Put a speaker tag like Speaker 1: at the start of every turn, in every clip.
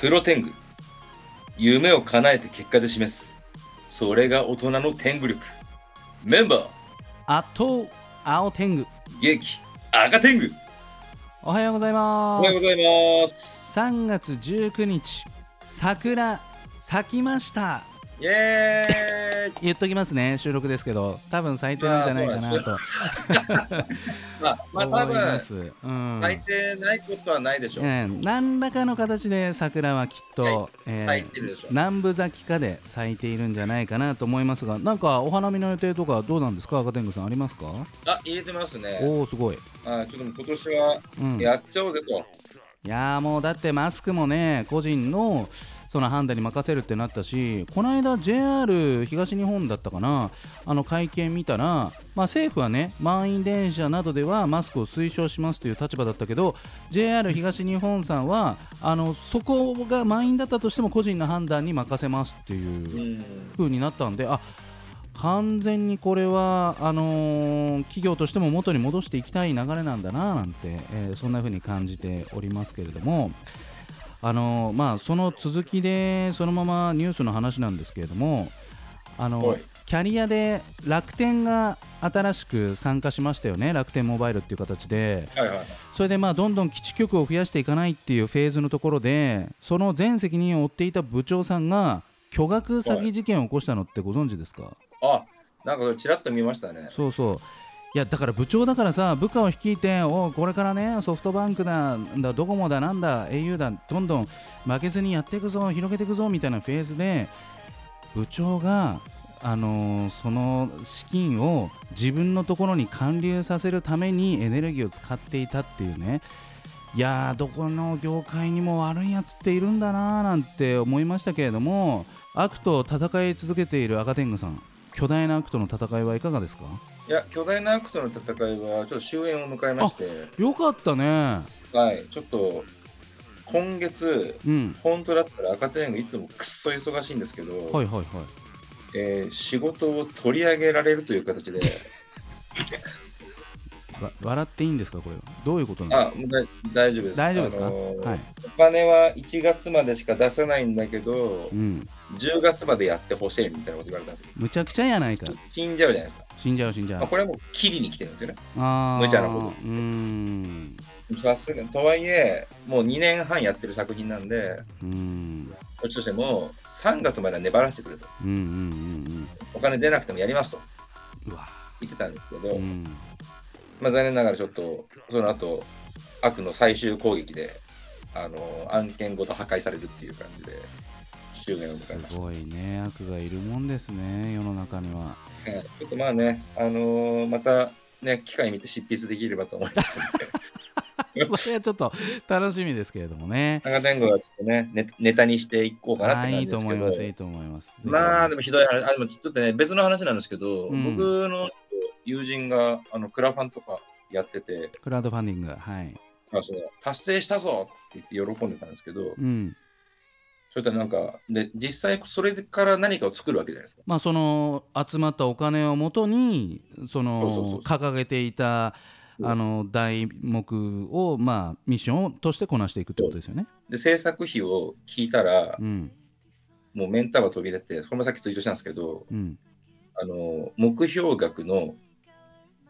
Speaker 1: 黒天狗夢を叶えて結果で示すそれが大人の天狗力メンバー
Speaker 2: あと青天狗
Speaker 1: 激赤天狗
Speaker 2: おはようござい
Speaker 1: お
Speaker 2: ま
Speaker 1: はようございます
Speaker 2: す3月19日桜咲きました
Speaker 1: イエーイ
Speaker 2: 言っときますね収録ですけど多分咲いてるんじゃないかなと
Speaker 1: まあまあ多
Speaker 2: 思いま
Speaker 1: 分
Speaker 2: す、うん
Speaker 1: 咲いてないことはないでしょう、
Speaker 2: ええ何らかの形で桜はきっと、
Speaker 1: はい
Speaker 2: ええ
Speaker 1: 咲いてるでしょう
Speaker 2: 南部咲きかで咲いているんじゃないかなと思いますがなんかお花見の予定とかどうなんですか赤天狗さんありますか、
Speaker 1: あ入れてますね
Speaker 2: おおすごい、
Speaker 1: あちょっともう今年は
Speaker 2: うん、
Speaker 1: やっちゃおうぜと、
Speaker 2: いやーもうだってマスクもね個人のその判断に任せるってなったしこの間 JR 東日本だったかなあの会見見たら、まあ、政府はね満員電車などではマスクを推奨しますという立場だったけど JR 東日本さんはあのそこが満員だったとしても個人の判断に任せますっていう
Speaker 1: うん
Speaker 2: 風になったんであ完全にこれはあのー企業としても元に戻していきたい流れなんだななんて、えーそんな風に感じておりますけれども、あのーまあ、その続きでそのままニュースの話なんですけれども、あの
Speaker 1: おい
Speaker 2: キャリアで楽天が新しく参加しましたよね楽天モバイルっていう形で。
Speaker 1: はいはい
Speaker 2: それでまあどんどん基地局を増やしていかないっていうフェーズのところでその全責任を負っていた部長さんが巨額詐欺事件を起こしたのってご存知ですか、
Speaker 1: あなんかそれちらっと見ましたね
Speaker 2: そうそういやだから部長だからさ部下を率いておうこれからねソフトバンクだなんだドコモだなんだ au だどんどん負けずにやっていくぞ広げていくぞみたいなフェーズで部長が、あのーその資金を自分のところに還流させるためにエネルギーを使っていたっていうねいやーどこの業界にも悪いやつっているんだなーなんて思いましたけれども悪と戦い続けている赤天狗さん巨大な悪との戦いはいかがですか
Speaker 1: いや巨大な悪との戦いはちょっと終焉を迎えまして
Speaker 2: よかったね
Speaker 1: はいちょっと今月
Speaker 2: うん
Speaker 1: 本当だったら赤天狗いつもくっそ忙しいんですけど、
Speaker 2: はいはいはい
Speaker 1: えー仕事を取り上げられるという形で、
Speaker 2: わ笑っていいんですかこれはどういうことなん
Speaker 1: あ
Speaker 2: です
Speaker 1: もうだ大丈夫です。
Speaker 2: 大丈夫ですか
Speaker 1: あのー
Speaker 2: はい
Speaker 1: お金は1月までしか出せないんだけど
Speaker 2: かう、ん
Speaker 1: 10月までやってほしいみたいなこと言われたんですよ。
Speaker 2: むちゃくちゃやないか
Speaker 1: ちょっと死んじゃうじゃないですか。
Speaker 2: 死んじゃう死んじゃ
Speaker 1: まあ、
Speaker 2: う
Speaker 1: これはもう切りに来てるんですよね。
Speaker 2: あー
Speaker 1: 無茶なこと
Speaker 2: うーん
Speaker 1: さすがとはいえ、もう2年半やってる作品なんで、
Speaker 2: うーん
Speaker 1: こっちとしても3月までは粘らせてくれと。
Speaker 2: うんうんうん
Speaker 1: お金出なくてもやりますと
Speaker 2: うんうわ
Speaker 1: 言ってたんですけど、
Speaker 2: うん
Speaker 1: まあ、残念ながらちょっとその後悪の最終攻撃であの案件ごと破壊されるっていう感じで終焉を迎
Speaker 2: す
Speaker 1: えました、
Speaker 2: ごいね悪がいるもんですね世の中 には
Speaker 1: ええちょっとまあね、あのーまたね機会見て執筆できればと思いますので
Speaker 2: それはちょっと楽しみですけれどもね
Speaker 1: 赤天狗はちょっとねネネタにしていこうかなっ
Speaker 2: は
Speaker 1: て
Speaker 2: い
Speaker 1: 感じ
Speaker 2: いいと
Speaker 1: です
Speaker 2: 思
Speaker 1: け
Speaker 2: い
Speaker 1: ど
Speaker 2: ますいいと思います
Speaker 1: まあ
Speaker 2: ぜ
Speaker 1: でもひどい話あでもちょっとね別の話なんですけど、
Speaker 2: うん
Speaker 1: 僕の友人があのクラファンとかやってて
Speaker 2: ひクラウドファンディングはい
Speaker 1: あその達成したぞって言って喜んでたんですけど、
Speaker 2: うん
Speaker 1: それとなんか、で、実際それから何かを作るわけじゃないですか。
Speaker 2: まあ、その集まったお金をもとに
Speaker 1: そう
Speaker 2: そ
Speaker 1: そうそう
Speaker 2: の
Speaker 1: そ
Speaker 2: 掲げていたあの題目を、まあ、ミッションとしてこなしていくってことですよね。
Speaker 1: で、制作費を聞いたら、
Speaker 2: うん
Speaker 1: もうメンターは飛び出て、その先ツイートしたんですけど、
Speaker 2: うん、
Speaker 1: あの、目標額の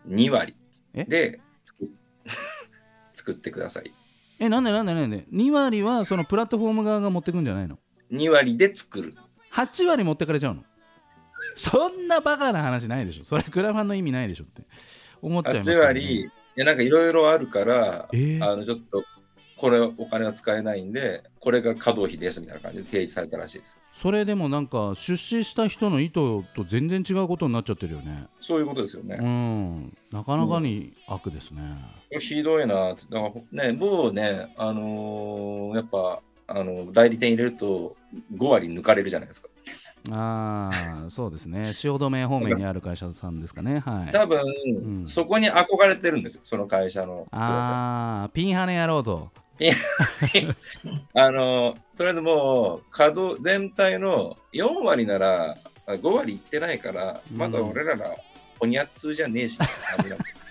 Speaker 1: 2割
Speaker 2: え
Speaker 1: で作っ 作ってください。
Speaker 2: えなんでなんでなんで2割はそのプラットフォーム側が持ってくんじゃないの
Speaker 1: 2割で作る。
Speaker 2: 8割持ってかれちゃうのそんなバカな話ないでしょそれクラファンの意味ないでしょって思っちゃいますけ
Speaker 1: 8
Speaker 2: どね
Speaker 1: 割、いや、なんかいろいろあるから、
Speaker 2: えー
Speaker 1: あの、ちょっと、これお金は使えないんで、これが稼働費ですみたいな感じで提示されたらしいです。
Speaker 2: それでもなんか出資した人の意図と全然違うことになっちゃってるよね
Speaker 1: そういうことですよね。
Speaker 2: うんなかなかに悪ですね、
Speaker 1: ひどいなって、だからね、某ね、あのーやっぱ、あの代理店入れると5割抜かれるじゃないですか。
Speaker 2: ああ、そうですね。汐留方面にある会社さんですかね。はい。
Speaker 1: 多分、
Speaker 2: ん
Speaker 1: そこに憧れてるんですよ、その会社の。
Speaker 2: ああ、ピンハネ野郎と。
Speaker 1: あのーとりあえずもう、稼働全体の4割なら、あ5割いってないから、まだ俺らがほにゃ通じゃねえし、みたいな感じなんです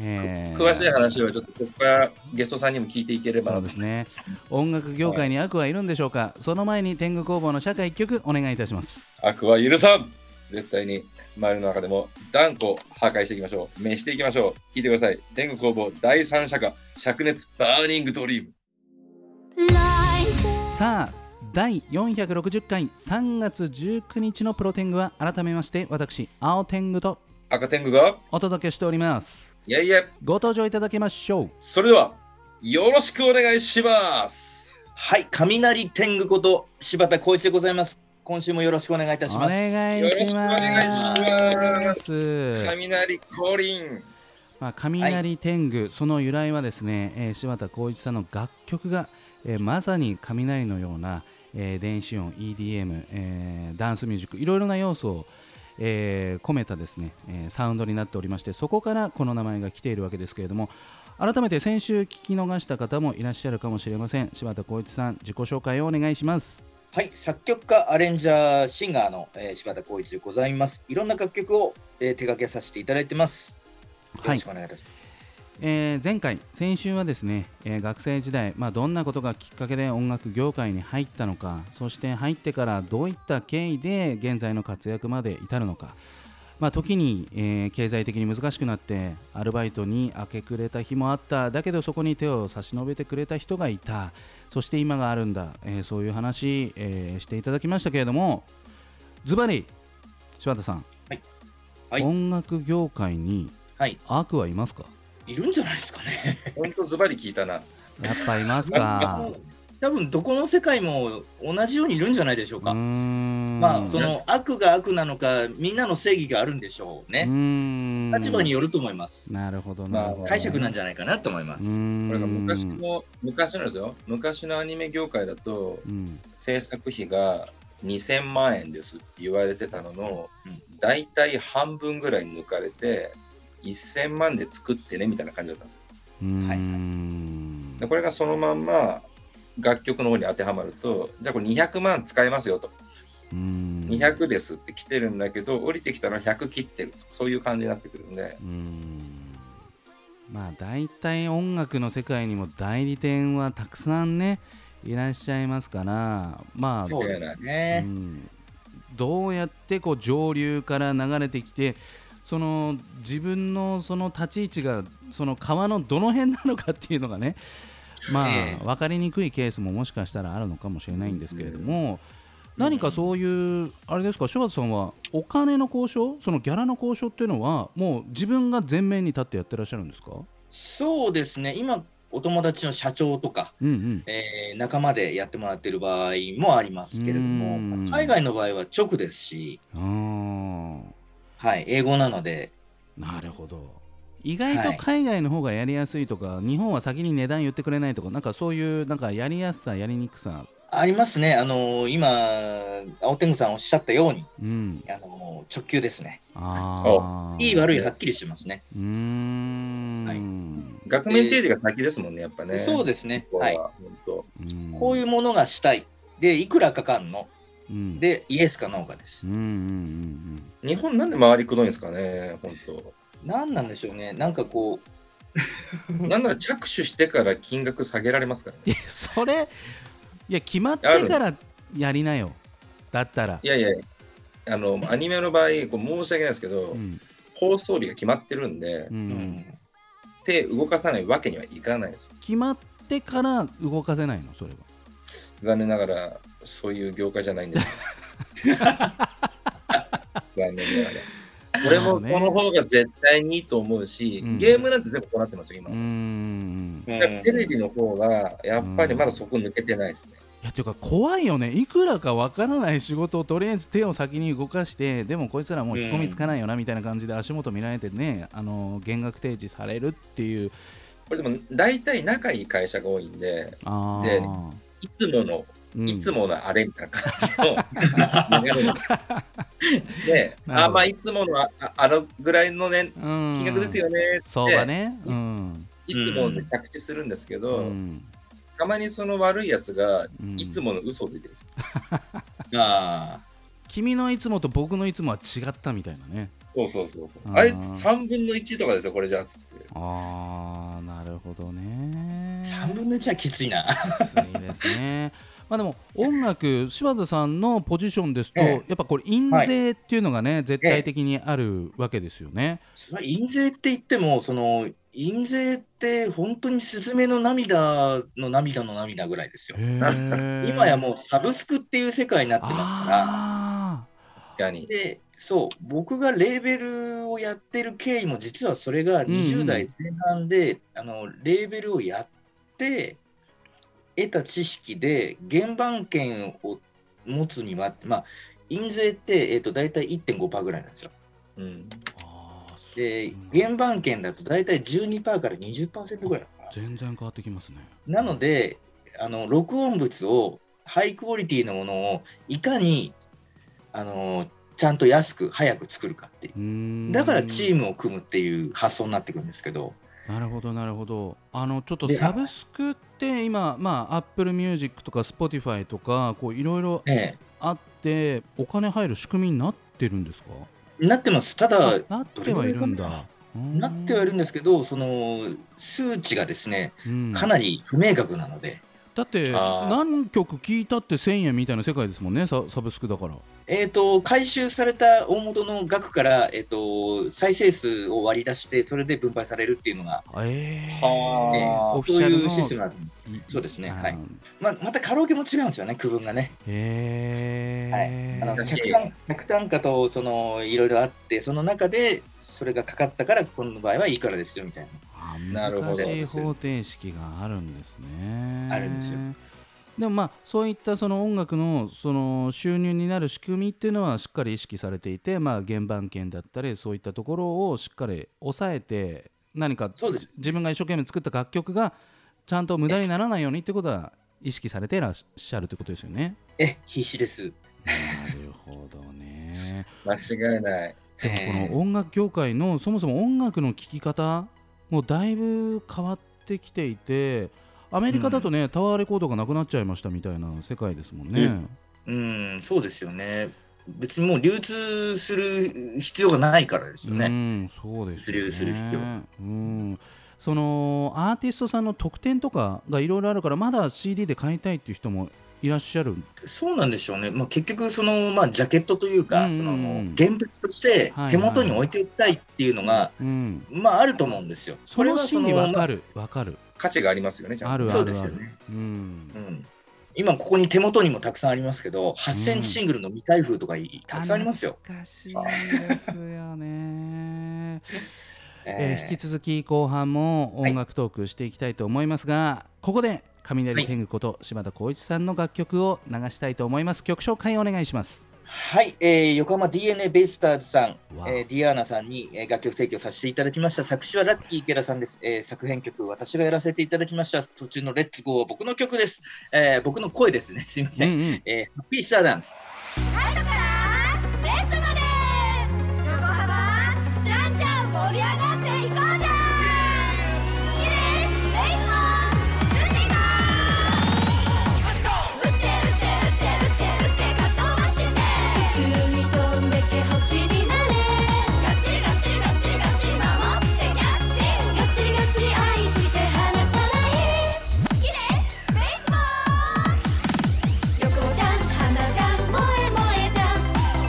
Speaker 2: えー
Speaker 1: 詳しい話はちょっとここからゲストさんにも聞いていければ
Speaker 2: そ
Speaker 1: な
Speaker 2: う
Speaker 1: と
Speaker 2: ですね音楽業界に悪はいるんでしょうか、その前に天狗工房の社会一曲お願いいたします
Speaker 1: 悪は許さん絶対に周りの中でも断固破壊していきましょう。滅していきましょう。聞いてください。天狗工房第三者化、灼熱バーニングドリーム。
Speaker 2: さあ第460回3月19日のプロテングは改めまして私青天狗と
Speaker 1: 赤天狗が、
Speaker 2: お届けしております
Speaker 1: いやいや、
Speaker 2: ご登場いただきましょう
Speaker 1: それではよろしくお願いします。
Speaker 3: はい、雷天狗こと柴田光一でございます。今週もよろしくお願いいたし
Speaker 2: お
Speaker 3: ます。
Speaker 2: 願いし
Speaker 1: よろ
Speaker 2: ます
Speaker 1: しくお願いします雷降臨。
Speaker 2: まあ、雷天狗、その由来はですね、えー柴田浩一さんの楽曲が、えーまさに雷のような、えー電子音 EDM、えーダンスミュージックいろいろな要素を、えー込めたですね、えーサウンドになっておりましてそこからこの名前が来ているわけですけれども改めて先週聞き逃した方もいらっしゃるかもしれません柴田浩一さん自己紹介をお願いします
Speaker 3: はい、作曲家、アレンジャー、シンガーの、えー柴田光一でございます。いろんな楽曲を、えー手掛けさせていただいてます。よ
Speaker 2: は
Speaker 3: ろ
Speaker 2: い
Speaker 3: しくお願いいたします。
Speaker 2: えー前回、先週はですね、えー学生時代、まあ、どんなことがきっかけで音楽業界に入ったのか、そして入ってからどういった経緯で現在の活躍まで至るのか、まあ、時に、えー経済的に難しくなって、アルバイトに明け暮れた日もあった、だけどそこに手を差し伸べてくれた人がいた、そして今があるんだ、えーそういう話、えーしていただきましたけれども、ズバリ、柴田さん、
Speaker 3: はいはい
Speaker 2: 音楽業界に
Speaker 3: はい、
Speaker 2: 悪はいますか
Speaker 3: いるんじゃないですかね。
Speaker 1: 本当ズバリ聞いたな。
Speaker 2: やっぱいますか。
Speaker 3: 多分どこの世界も同じようにいるんじゃないでしょう
Speaker 2: う
Speaker 3: か。
Speaker 2: ーん
Speaker 3: まあ、その悪が悪なのか、みんなの正義があるんでしょう
Speaker 2: うー
Speaker 3: ね。
Speaker 2: ん
Speaker 3: 立場によると思います。
Speaker 2: なるほど
Speaker 1: まあ
Speaker 2: なるほど。
Speaker 3: 解釈なん
Speaker 2: で
Speaker 3: じゃないかなと思います。
Speaker 1: これが昔
Speaker 2: う
Speaker 1: の、昔のですよ。昔のアニメ業界だと、
Speaker 2: ん
Speaker 1: 制作費が2000万円ですって言われてたのの
Speaker 3: うん、
Speaker 1: 大体半分ぐらい抜かれて、1000万で作ってねみたいな感じだったんですよ。
Speaker 2: うーん
Speaker 1: でこれがそのまんま楽曲の方に当てはまると、じゃあこれ200万使いますよと、
Speaker 2: うーん
Speaker 1: 200ですって来てるんだけど、降りてきたのは100切ってると、そういう感じになってくるんで、
Speaker 2: うーんまあ大体音楽の世界にも代理店はたくさんねいらっしゃいますからまあ
Speaker 3: そうですね。
Speaker 2: うんどうやってこう上流から流れてきてその自分のその立ち位置がその川のどの辺なのかっていうのがねまあ、
Speaker 3: ええ
Speaker 2: 分かりにくいケースももしかしたらあるのかもしれないんですけれども、何かそういうあれですか柴田さんはお金の交渉そのギャラの交渉っていうのはもう自分が前面に立ってやってらっしゃるんですか
Speaker 3: そうですね。今、お友達の社長とか、
Speaker 2: うんうん
Speaker 3: えー仲間でやってもらってる場合もありますけれど
Speaker 2: うーん
Speaker 3: も、海外の場合は直ですし、
Speaker 2: あー
Speaker 3: はい、英語なので、
Speaker 2: なるほど意外
Speaker 3: は
Speaker 2: と
Speaker 3: い
Speaker 2: 海外の方がやりやすいとか、日本は先に値段言ってくれないとかなんかそういうなんかやりやすさやりにくさ
Speaker 3: ありますね、あのー今、青天狗さんおっしゃったように、
Speaker 2: うん
Speaker 3: あのー直球ですね、
Speaker 2: あー
Speaker 3: いい悪いはっきりしてますね。
Speaker 2: うーん、
Speaker 3: はいう
Speaker 1: 額面定理が先ですもんね、やっぱね。
Speaker 3: そうですね、
Speaker 1: ここ
Speaker 3: はい、
Speaker 1: 本当
Speaker 2: ん
Speaker 3: こういうものがしたい、で、いくらかかんの、
Speaker 2: うん
Speaker 3: で、イエスかノーかで
Speaker 2: う
Speaker 3: す。
Speaker 2: んうんうん
Speaker 1: 日本なんで回りくどいんですかね、本 当。
Speaker 3: なんなんでしょうね、なんかこう、
Speaker 1: なんなら着手してから金額下げられますから
Speaker 2: うんい
Speaker 1: ね。
Speaker 2: やそれいや決まってからやりなよだったら
Speaker 1: いやいや、あのアニメの場合、こう申し訳ないですけど、
Speaker 2: うん
Speaker 1: 放送日が決まってるんで
Speaker 2: うん、
Speaker 3: うん
Speaker 1: 手動かさないわけにはいかないですよ。
Speaker 2: 決まってから動かせないのそれは
Speaker 1: 残念ながら、そういう業界じゃないん です。残念ながら。俺もこの方が絶対にいいと思うし、
Speaker 2: うん
Speaker 1: ゲームなんて全部こうなってますよ、
Speaker 2: うー
Speaker 1: 今。
Speaker 2: ん
Speaker 3: うん
Speaker 1: テレビの方が、やっぱりまだそこ抜けてないですね。
Speaker 2: いやていうか怖いよねいくらかわからない仕事をとりあえず手を先に動かしてでもこいつらもう引っ込みつかないよなみたいな感じで足元見られてね、あの減額提示されるっていう
Speaker 1: これでも、大体仲いい会社が多いんで、
Speaker 2: あー
Speaker 1: でいつもの
Speaker 2: うん
Speaker 1: いつものあれみたいな 感じの流れなんですで、
Speaker 2: なるほ
Speaker 1: あ
Speaker 2: ど
Speaker 1: まあいつものあああのぐらいのね
Speaker 2: うん
Speaker 1: 金額ですよねって、
Speaker 2: 相場ねうん
Speaker 1: いつもので着地するんですけど、
Speaker 2: うん
Speaker 1: たまにその悪いやつが
Speaker 2: うん
Speaker 1: いつもの嘘をついてるんですよ、
Speaker 3: あ
Speaker 2: 君のいつもと僕のいつもは違ったみたいなね
Speaker 1: そうそうそうそう
Speaker 2: あー
Speaker 1: あれ3分の1とかですよこれじゃあっつって
Speaker 2: あああなるほどね
Speaker 3: 3分の1はきついな。
Speaker 2: きついですねまあでも音楽柴田さんのポジションですと、
Speaker 3: え
Speaker 2: やっぱこれ印税っていうのがね、絶対的にあるわけですよね、
Speaker 3: それは印税って言っても、その印税って本当にスズメの涙の涙の涙ぐらいですよ。今やもうサブスクっていう世界になってますから。
Speaker 2: あ
Speaker 1: 確かに。
Speaker 3: でそう僕がレーベルをやってる経緯も実はそれが
Speaker 2: んうん
Speaker 3: 20代前半で、あのレーベルをやって得た知識で原版権を持つには、まあ、印税って、えー、と大体1.5%ぐらいなんですよ。
Speaker 1: うん。
Speaker 2: ーあーそう
Speaker 3: で原版権だと大体12%から20%ぐらいなのか
Speaker 2: 全然変わってきますね
Speaker 3: ななのであの録音物をハイクオリティのものをいかにあのちゃんと安く早く作るかっていう
Speaker 2: うーん
Speaker 3: だからチームを組むっていう発想になってくるんですけど、
Speaker 2: なるほどなるほどあのちょっと
Speaker 3: で
Speaker 2: サブスクって今まあアップルミュージックとか Spotify とかこういろいろ
Speaker 3: え
Speaker 2: あってお金入る仕組みになってるんですか
Speaker 3: え、なってます、ただ、
Speaker 2: なってはいるんだ
Speaker 3: なってはいるん
Speaker 2: だ
Speaker 3: ですけど、その数値がですね、か
Speaker 2: り
Speaker 3: なり不明確なので、
Speaker 2: だって
Speaker 1: あー
Speaker 2: 何曲聴いたって1000円みたいな世界ですもんねササブスクだから
Speaker 3: えー、と回収された大元の額から、えー、と再生数を割り出して、それで分配されるっていうのが、
Speaker 2: ええ
Speaker 1: はあー
Speaker 3: ええ
Speaker 2: オフィ
Speaker 3: そ
Speaker 2: シ
Speaker 3: う
Speaker 2: ャル
Speaker 3: い
Speaker 2: の
Speaker 3: うシステムなんですそうですねはいまあ、またカラオケも違うんですよね、区分がね。
Speaker 2: へえ
Speaker 3: あの
Speaker 1: 確かに
Speaker 3: 客単客単価とそのいろいろあって、その中でそれがかかったから、この場合はいくらですよみたいな。
Speaker 2: あ
Speaker 1: なるほ
Speaker 2: 難
Speaker 1: ど
Speaker 2: しい方程式があるんですね。
Speaker 3: あるんですよ
Speaker 2: でもまあそういったその音楽のその収入になる仕組みっていうのはしっかり意識されていて、まあ、原版権だったりそういったところをしっかり抑えて何か
Speaker 3: そうです
Speaker 2: 自分が一生懸命作った楽曲がちゃんと無駄にならないようにってことは意識されてらっしゃるってことですよ ね。
Speaker 3: え、必死です。
Speaker 2: なるほどね。
Speaker 1: 間違いない。
Speaker 2: でも
Speaker 3: え
Speaker 2: こ
Speaker 3: ー
Speaker 2: の音楽業界のそもそも音楽の聴き方もうだいぶ変わってきていてアメリカだとね、タワーレコードがなくなっちゃいましたみたいな世界ですもんね。
Speaker 1: うん
Speaker 3: うん、そうですよね。別にもう流通する必要がないからですよ
Speaker 2: う
Speaker 3: ね。
Speaker 2: ん、そうですよね
Speaker 3: 物流する必要
Speaker 2: うん、そのアーティストさんの特典とかがいろいろあるからまだ CD で買いたいっていう人もいらっしゃる
Speaker 3: そうなんでしょうね。まあ、結局、その、まあ、ジャケットというか、
Speaker 2: うん
Speaker 3: その
Speaker 2: うん
Speaker 3: 現物として
Speaker 2: はいはい
Speaker 3: 手元に置いておきたいっていうのが、
Speaker 2: うん、
Speaker 3: まあ、あると思うんですよ。
Speaker 2: その心理わか
Speaker 3: る。
Speaker 2: るわかる
Speaker 1: 価値がありますよね、ちゃんと。
Speaker 2: ある
Speaker 3: ま
Speaker 2: わ
Speaker 3: あそうですよね。
Speaker 2: うん
Speaker 3: うん。今ここに手元にもたくさんありますけど、8センチシングルの未開封とかいたくさんありますよ。
Speaker 2: 懐かしいですよねえー
Speaker 3: ええ
Speaker 2: 引き続き後半も音楽トークしていきたいと思いますが、ここで雷天狗こと柴田浩一さんの楽曲を流したいと思います曲紹介お願いします
Speaker 3: はい、えー横浜 DNA ベイスターズさん、
Speaker 2: わ
Speaker 3: えーディアーナさんに、えー楽曲提供させていただきました。作詞はラッキー池田さんです。えー作編曲、私がやらせていただきました。途中のレッツゴーは僕の曲です。えー僕の声ですね。すみま
Speaker 2: う
Speaker 3: せ
Speaker 2: ん
Speaker 3: ん。
Speaker 2: うん
Speaker 3: えーハッピースターダンス。
Speaker 4: ハートからレッドまで横浜じゃんじゃん盛り上がっていこうじゃんシレレイズもルティも打って打って打って打って打ってかっ飛ばして宇宙に飛んでけ星になれガチガチガチガチ守ってキャッチガチガチ愛して離さない好きですベースボール横じゃん花じゃん萌え萌えじゃん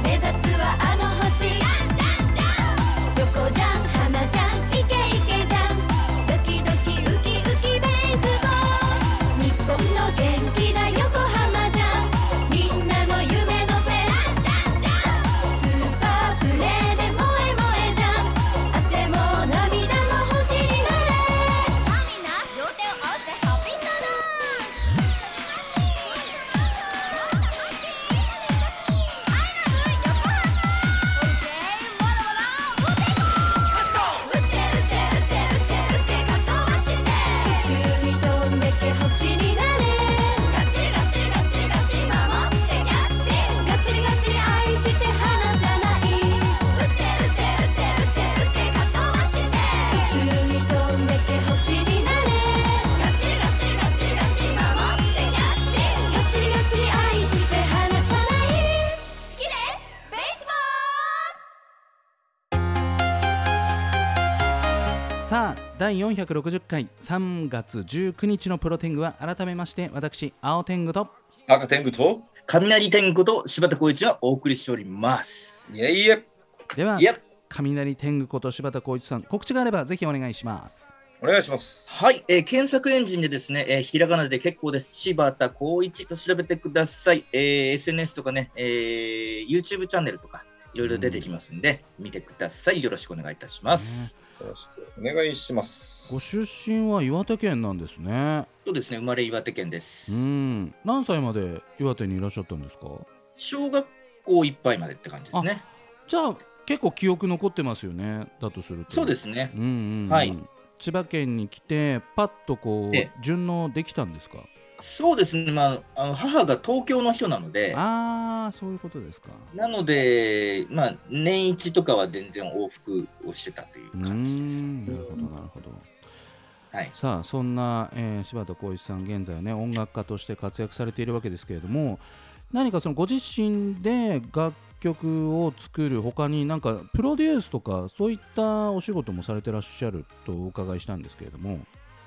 Speaker 4: 目指すはあの星じゃんじゃんじゃん横じゃん花じゃんイケイケじゃんドキドキウキウキベースボール日本の元気な横浜じゃんみんなの夢のせらんじゃんじゃんスーパープレーで萌え萌えじゃん汗も涙も星になれさあみんな両手を合わせてハッピースターだ「うてうてうてうてうてかとばして」「宇宙に飛んでけ星になれ」「ガチガチガチガチ守ってキャッチ」「ガチガチ愛して離さない」「うてうてうてうてうてかとばして」「宇宙に飛んでけ星になれ」「ガチガチガチガチ守ってキャッチ」「ガチガチ愛して離さない」好きですベースボール
Speaker 2: さあ第460回3月19日のプロテングは改めまして私青天狗と
Speaker 1: 赤天狗と、
Speaker 3: 雷天狗と柴田浩一はお送りしております。
Speaker 1: いえいえ、
Speaker 2: ではい
Speaker 3: や、
Speaker 2: 雷天狗こと柴田浩一さん告知があればぜひお願いします
Speaker 1: お願いします。
Speaker 3: はい、えー検索エンジンでですね、えーひらがなで結構です。柴田浩一と調べてください。えー SNS とかね、えー YouTube チャンネルとか、いろいろ出てきますんで、見てください。よろしくお願いいたします。
Speaker 1: よろしくお願いします。
Speaker 2: ご出身は岩手県なんですね
Speaker 3: そうですね、生まれ岩手県です
Speaker 2: う。ん何歳まで岩手にいらっしゃったんですか
Speaker 3: 小学校いっぱいまでって感じですね。
Speaker 2: じゃあ結構記憶残ってますよねだとすると
Speaker 3: そうですすね。
Speaker 2: うんうん、うん、
Speaker 3: はい
Speaker 2: 千葉県に来てパッとこ
Speaker 3: ええ
Speaker 2: う順応できたんですか
Speaker 3: そうですね、まあ、あの母が東京の人なので、
Speaker 2: ああそういうことですか
Speaker 3: なので、まあ、年一とかは全然往復をしてたという
Speaker 2: うー
Speaker 3: 感じです。
Speaker 2: んなるほどなるほど
Speaker 3: はい、
Speaker 2: さあそんな、えー柴田浩一さん現在はね音楽家として活躍されているわけですけれども何かそのご自身で楽曲を作る他になんかプロデュースとかそういったお仕事もされてらっしゃるとお伺いしたんですけれども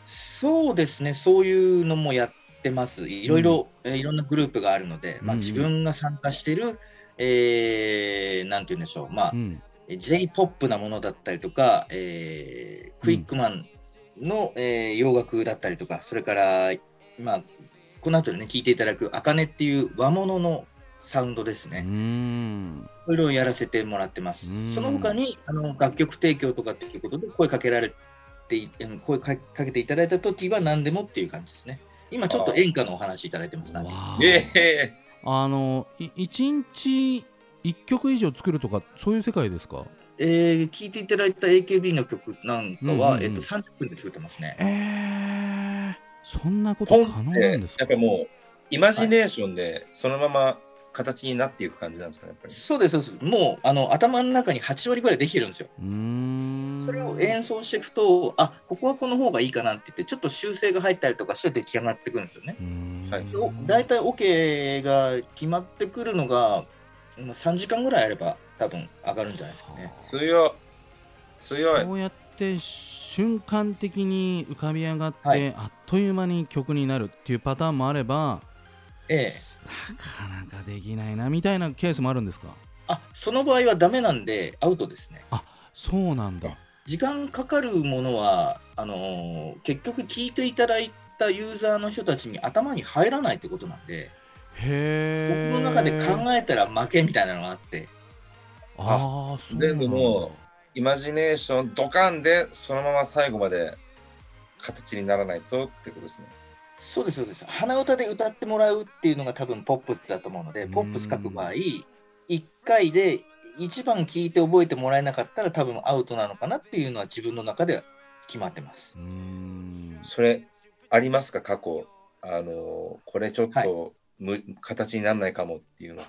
Speaker 3: そうですね、そういうのもやってます。いろいろ、えーいろんなグループがあるので、ま
Speaker 2: うんう
Speaker 3: あ、
Speaker 2: ん
Speaker 3: 自分が参加している、えーなんて言うんでしょう、まあ
Speaker 2: う、ん
Speaker 3: J-POP なものだったりとか、えークイックマンの、えー洋楽だったりとか、それから、まあ、この後でね、聞いていただく、あかねっていう和物のサウンドです
Speaker 2: うー
Speaker 3: ね。
Speaker 2: ん
Speaker 3: いろいろやらせてもらってます
Speaker 2: うん。
Speaker 3: その他にあの楽曲提供とかっていうことで声かけられてい、うん声かかけていただいた時は何でもっていう感じですね。今ちょっと演歌のお話いただいてます
Speaker 2: わ
Speaker 3: ね。
Speaker 2: あ
Speaker 1: ええ
Speaker 2: あのい1日1曲以上作るとかそういう世界ですか
Speaker 3: えー、聞いていただいた AKB の曲なんかは、
Speaker 2: うんうんうん
Speaker 3: えっと30分で作ってますね。
Speaker 2: えー、そんなこ
Speaker 1: ポ
Speaker 2: と可
Speaker 1: ン
Speaker 2: 能
Speaker 1: っ
Speaker 2: な
Speaker 1: て
Speaker 2: んです、
Speaker 1: や
Speaker 2: か
Speaker 1: っぱりもう、イマジネーションでそのまま形になっていく感じなんですかね、やっぱり。
Speaker 3: そうですそうです。もうあの頭の中に8割ぐらいできてるんですよ。
Speaker 2: うーん
Speaker 3: それを演奏していくと、あここはこの方がいいかなって言って、ちょっと修正が入ったりとかして出来上がってくるんですよね。
Speaker 2: うーん
Speaker 1: はい
Speaker 3: お大体オ、ケが決まってくるのがまあ3時間ぐらいあれば多分上がるんじゃないですかね。
Speaker 1: 強い。強い
Speaker 2: こ。うやって瞬間的に浮かび上がって、
Speaker 3: はい
Speaker 2: あっという間に曲になるっていうパターンもあれば
Speaker 3: ええ、
Speaker 2: なかなかできないなみたいなケースもあるんですか
Speaker 3: あその場合はダメなんでアウトですね。
Speaker 2: そうなんだ
Speaker 3: 時間かかるものはあのー結局聞いていただいたユーザーの人たちに頭に入らないってことなんで、僕
Speaker 2: へえ
Speaker 3: の中で考えたら負けみたいなのがあって、
Speaker 2: ああそうなんだ
Speaker 1: 全部もイマジネーション、ドカンでそのまま最後まで形にならないとってことですね。
Speaker 3: そうですそうです。鼻歌で歌ってもらうっていうのが多分ポップスだと思うので、
Speaker 2: うん
Speaker 3: ポップス書く場合、1回で1番聞いて覚えてもらえなかったら多分アウトなのかなっていうのは自分の中では決まってます
Speaker 2: う。ーん
Speaker 1: それ、ありますか、過去。あのこれちょっ
Speaker 3: はい
Speaker 1: とむ、形にならないかもっていうの。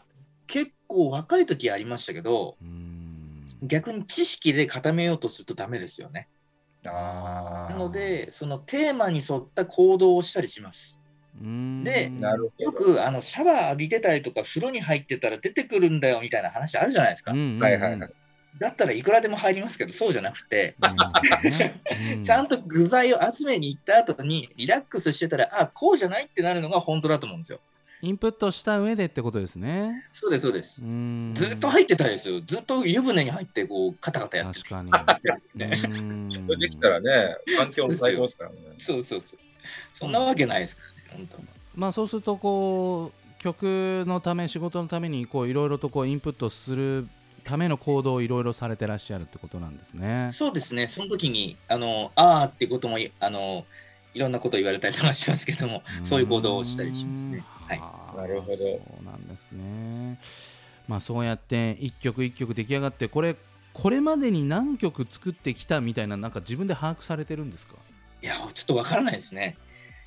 Speaker 3: 結構若い時ありましたけど、
Speaker 2: うーん
Speaker 3: 逆に知識で固めようとするとダメですよね。
Speaker 2: あ
Speaker 3: なので、そのテーマに沿った行動をしたりします。
Speaker 2: うーん
Speaker 3: で
Speaker 1: なる
Speaker 3: よ
Speaker 1: ほど。
Speaker 3: くあのシャワー浴びてたりとか風呂に入ってたら出てくるんだよみたいな話あるじゃないですか
Speaker 2: うん。うんうん
Speaker 1: はいはいはい。
Speaker 3: だったらいくらでも入りますけど、そうじゃなくて、
Speaker 2: なるほどねう
Speaker 3: ちゃんと具材を集めに行った後にリラックスしてたら、あこうじゃないってなるのが本当だと思うんですよ。
Speaker 2: インプットした上でってことですね
Speaker 3: そうです、そうです。ず
Speaker 2: ず
Speaker 3: っと入ってたいですよ。ずっと湯船に入って、こう、カタカタやって
Speaker 2: 確かに
Speaker 3: ね
Speaker 2: うーん
Speaker 1: それできたらね、環境も最高ですからね。
Speaker 3: そうそうそう。そんなわけないですからね、本
Speaker 2: まあそうするとこう曲のため仕事のためにこういろいろとこうインプットするための行動をいろいろされてらっしゃるってことなんですね
Speaker 3: 当。。そうですね、その時に、あの、あーってこともい、あの、いろんなこと言われたりとかしますけども、そういう行動をしたりしますね。はい。
Speaker 2: は
Speaker 1: なるほど
Speaker 2: そうなんですね。まあそうやって一曲一曲出来上がってこれこれまでに何曲作ってきたみたいななんか自分で把握されてるんですか。
Speaker 3: いや、ちょっとわからないですね。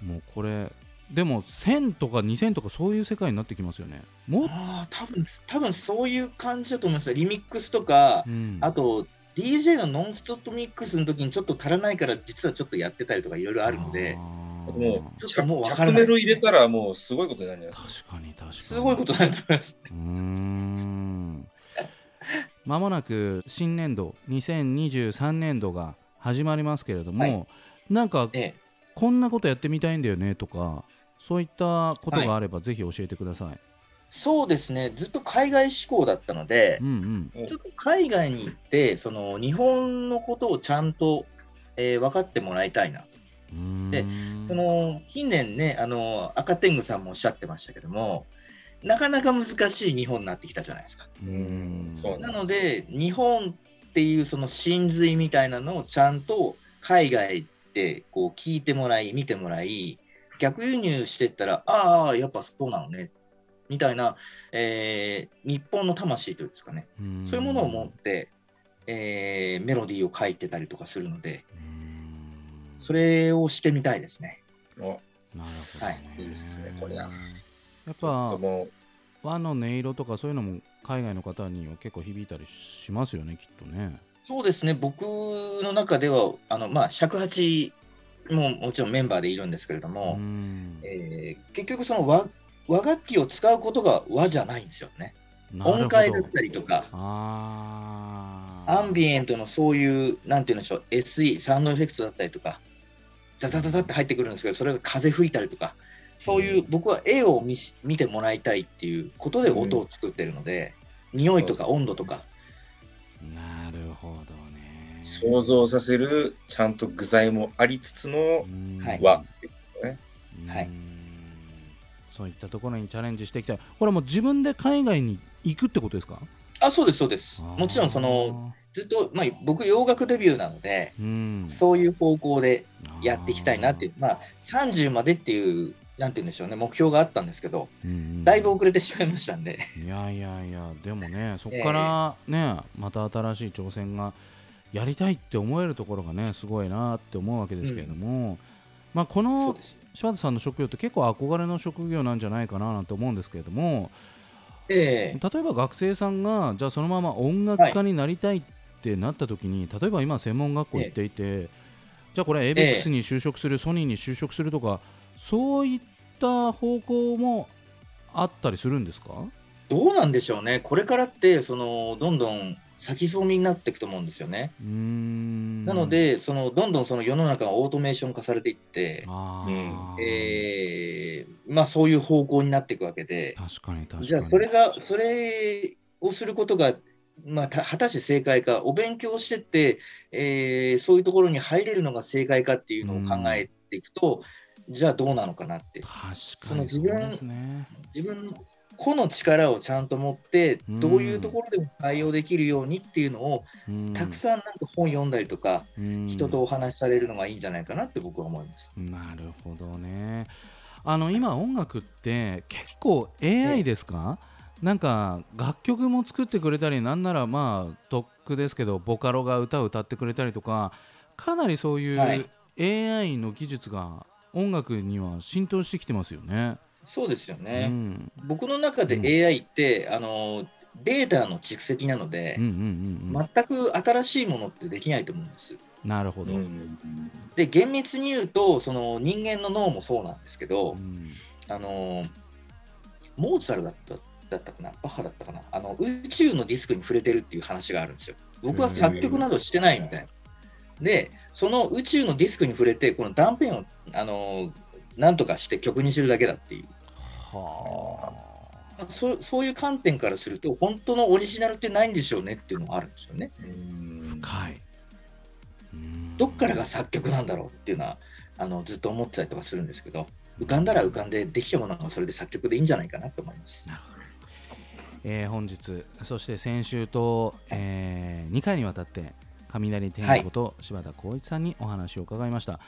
Speaker 2: もうこれでも1000とか2000とかそういう世界になってきますよね。もっ
Speaker 3: ああ、多分、多分そういう感じだと思いますよ。リミックスとか、
Speaker 2: うん
Speaker 3: あと DJ のノンストップミックスの時にちょっと足らないから実はちょっとやってたりとかいろいろあるので
Speaker 2: あー
Speaker 1: も
Speaker 3: ちょっ
Speaker 1: 着
Speaker 3: ともうわか
Speaker 1: 着
Speaker 3: らな
Speaker 1: メ
Speaker 3: い
Speaker 1: ロ入れたらもうすごいことになるんじゃない
Speaker 2: 確かに確かに。
Speaker 3: すごいことになると思います。
Speaker 2: うーんまもなく新年度2023年度が始まりますけれども、
Speaker 3: はい
Speaker 2: なんか
Speaker 3: ええ
Speaker 2: こんなことやってみたいんだよねとかそういったことがあればぜひ教えてください、
Speaker 3: そうですね、ずっと海外志向だったので
Speaker 2: うん、うん
Speaker 3: ちょっと海外に行って、その日本のことをちゃんと、えー分かってもらいたいなと。
Speaker 2: うーん
Speaker 3: でその近年ね、あの赤天狗さんもおっしゃってましたけども、なかなか難しい日本になってきたじゃないですか。
Speaker 2: うーん
Speaker 1: そう
Speaker 3: なので、日本っていうその真髄みたいなのをちゃんと海外でこう聞いてもらい、見てもらい、逆輸入してったら、ああ、やっぱそうなのね、みたいな、えー日本の魂というんですかね、
Speaker 2: うーん
Speaker 3: そういうものを持って、えーメロディーを書いてたりとかするので、
Speaker 2: うーん
Speaker 3: それをしてみたいですね。
Speaker 1: お
Speaker 2: なるほど、ね
Speaker 1: いいですねこれは
Speaker 2: やっ
Speaker 1: ちょ
Speaker 2: ぱ
Speaker 1: っとも
Speaker 2: 和の音色とかそういうのも海外の方には結構響いたりしますよねきっとね
Speaker 3: そうですね、僕の中では、あのまあ、尺八ももちろんメンバーでいるんですけれど
Speaker 2: う
Speaker 3: も、
Speaker 2: ーん
Speaker 3: えー結局その和和楽器を使うことが和じゃないんですよね。
Speaker 2: なるほど
Speaker 3: 音階だったりとか、
Speaker 2: あー
Speaker 3: アンビエントのそういう、なんていうんでしょう、SE、サウンドエフェクトだったりとか、ザザザザって入ってくるんですけど、それが風吹いたりとか、そういう、僕は絵を見し見てもらいたいっていうことで音を作ってるので、匂いとか温度とか、
Speaker 2: なるほどね
Speaker 1: う想像させるちゃんと具材もありつつの
Speaker 3: はい
Speaker 1: 和。
Speaker 3: はいう
Speaker 2: ーんそういったところにチャレンジしていきたいこれもう自分で海外に行くってことですか
Speaker 3: あ、そうです、そうです。もちろん、その、ずっと、まあ、僕、洋楽デビューなので、
Speaker 2: あーうん
Speaker 3: そういう方向でやっていきたいなっていう、まあ、30までっていう、なんていうんでしょうね、目標があったんですけど、
Speaker 2: うんうん
Speaker 3: だいぶ遅れてしまいましたんで、
Speaker 2: いやいやいやでもねそこからね、また新しい挑戦がやりたいって思えるところがねすごいなって思うわけですけれども、まあこ
Speaker 3: そう
Speaker 2: の
Speaker 3: です。
Speaker 2: 柴田さんの職業って結構憧れの職業なんじゃないかななんて思うんですけれども
Speaker 3: ええ
Speaker 2: 例えば学生さんがじゃあそのまま音楽家になりたいってなった時に、例えば今専門学校行っていて、じゃあこれ ABEX に就職する、ソニーに就職するとかそういった方向もあったりするんですか
Speaker 3: どうなんでしょうね、これからって、そのどんどん先そうみになっていくと思うんですよね。
Speaker 2: うーん
Speaker 3: なので、そのどんどんその世の中がオートメーション化されていって、
Speaker 2: あー
Speaker 3: えーまあ、そういう方向になっていくわけで、
Speaker 2: 確かに確かに。
Speaker 3: じゃあ、それが、それをすることが、まあ、た果たして正解か、お勉強してって、えーそういうところに入れるのが正解かっていうのを考えていくと、じゃあどうなのかなって、
Speaker 2: 確
Speaker 3: そ
Speaker 2: か
Speaker 3: の
Speaker 2: にそ
Speaker 3: 自
Speaker 2: う
Speaker 3: 分
Speaker 2: ですね。
Speaker 3: 自分の個の力をちゃんと持って、
Speaker 2: うん
Speaker 3: どういうところでも対応できるようにっていうのを、たくさんなんか本読んだりとか、
Speaker 2: うん
Speaker 3: 人とお話しされるのがいいんじゃないかなって僕は思います。
Speaker 2: なるほどね。あの今音楽って結構 AI ですか、なんか楽曲も作ってくれたりなんならまあとっくですけどボカロが歌を歌ってくれたりとかかなりそうい
Speaker 3: は
Speaker 2: う
Speaker 3: い
Speaker 2: AI の技術が音楽には浸透してきてますよね。
Speaker 3: そうですよ
Speaker 2: う
Speaker 3: ね。
Speaker 2: ん
Speaker 3: 僕の中
Speaker 2: うん
Speaker 3: で AI って、あのデータの蓄積なので
Speaker 2: うんう、んうんうん
Speaker 3: 全く新しいものってできないと思うんです。
Speaker 2: なるほど。
Speaker 1: うん
Speaker 3: で厳密に言うとその人間の脳もそうなんですけど、
Speaker 2: うん
Speaker 3: あのモーツァルトだっただったかなバッハだったかなあの宇宙のディスクに触れてるっていう話があるんですよ。僕は作曲などしてないみたいな。でその宇宙のディスクに触れてこの断片をあのなんとかして曲にするだけだっていう
Speaker 2: はあ。
Speaker 3: まあそうそういう観点からすると本当のオリジナルってないんでしょうねっていうのがあるんですよね。
Speaker 1: うん
Speaker 2: 深い。うん
Speaker 3: どっからが作曲なんだろうっていうのはあのずっと思ってたりとかするんですけど浮かんだら浮かんでできたものがそれで作曲でいいんじゃないかなと思います。
Speaker 2: えー本日そして先週と、え2回にわたって雷天子と柴田浩一さんにお話を伺いました、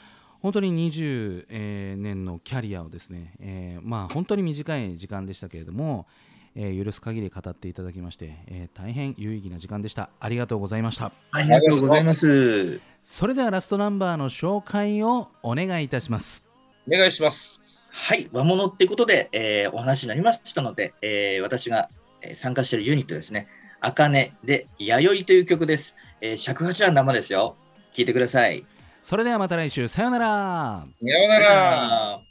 Speaker 2: 本当に20、えー年のキャリアをですね、えーまあ本当に短い時間でしたけれども、えー許す限り語っていただきまして、えー大変有意義な時間でしたありがとうございました
Speaker 3: ありがとうございます。
Speaker 2: それではラストナンバーの紹介をお願いいたします
Speaker 1: お願いします。
Speaker 3: はい、和物ってことで、えーお話になりましたので、えー私がえー参加しているユニットですね、あかねで弥生という曲です。えー尺八は生ですよ。聞いてください。
Speaker 2: それではまた来週さようなら
Speaker 1: さようなら。
Speaker 3: あー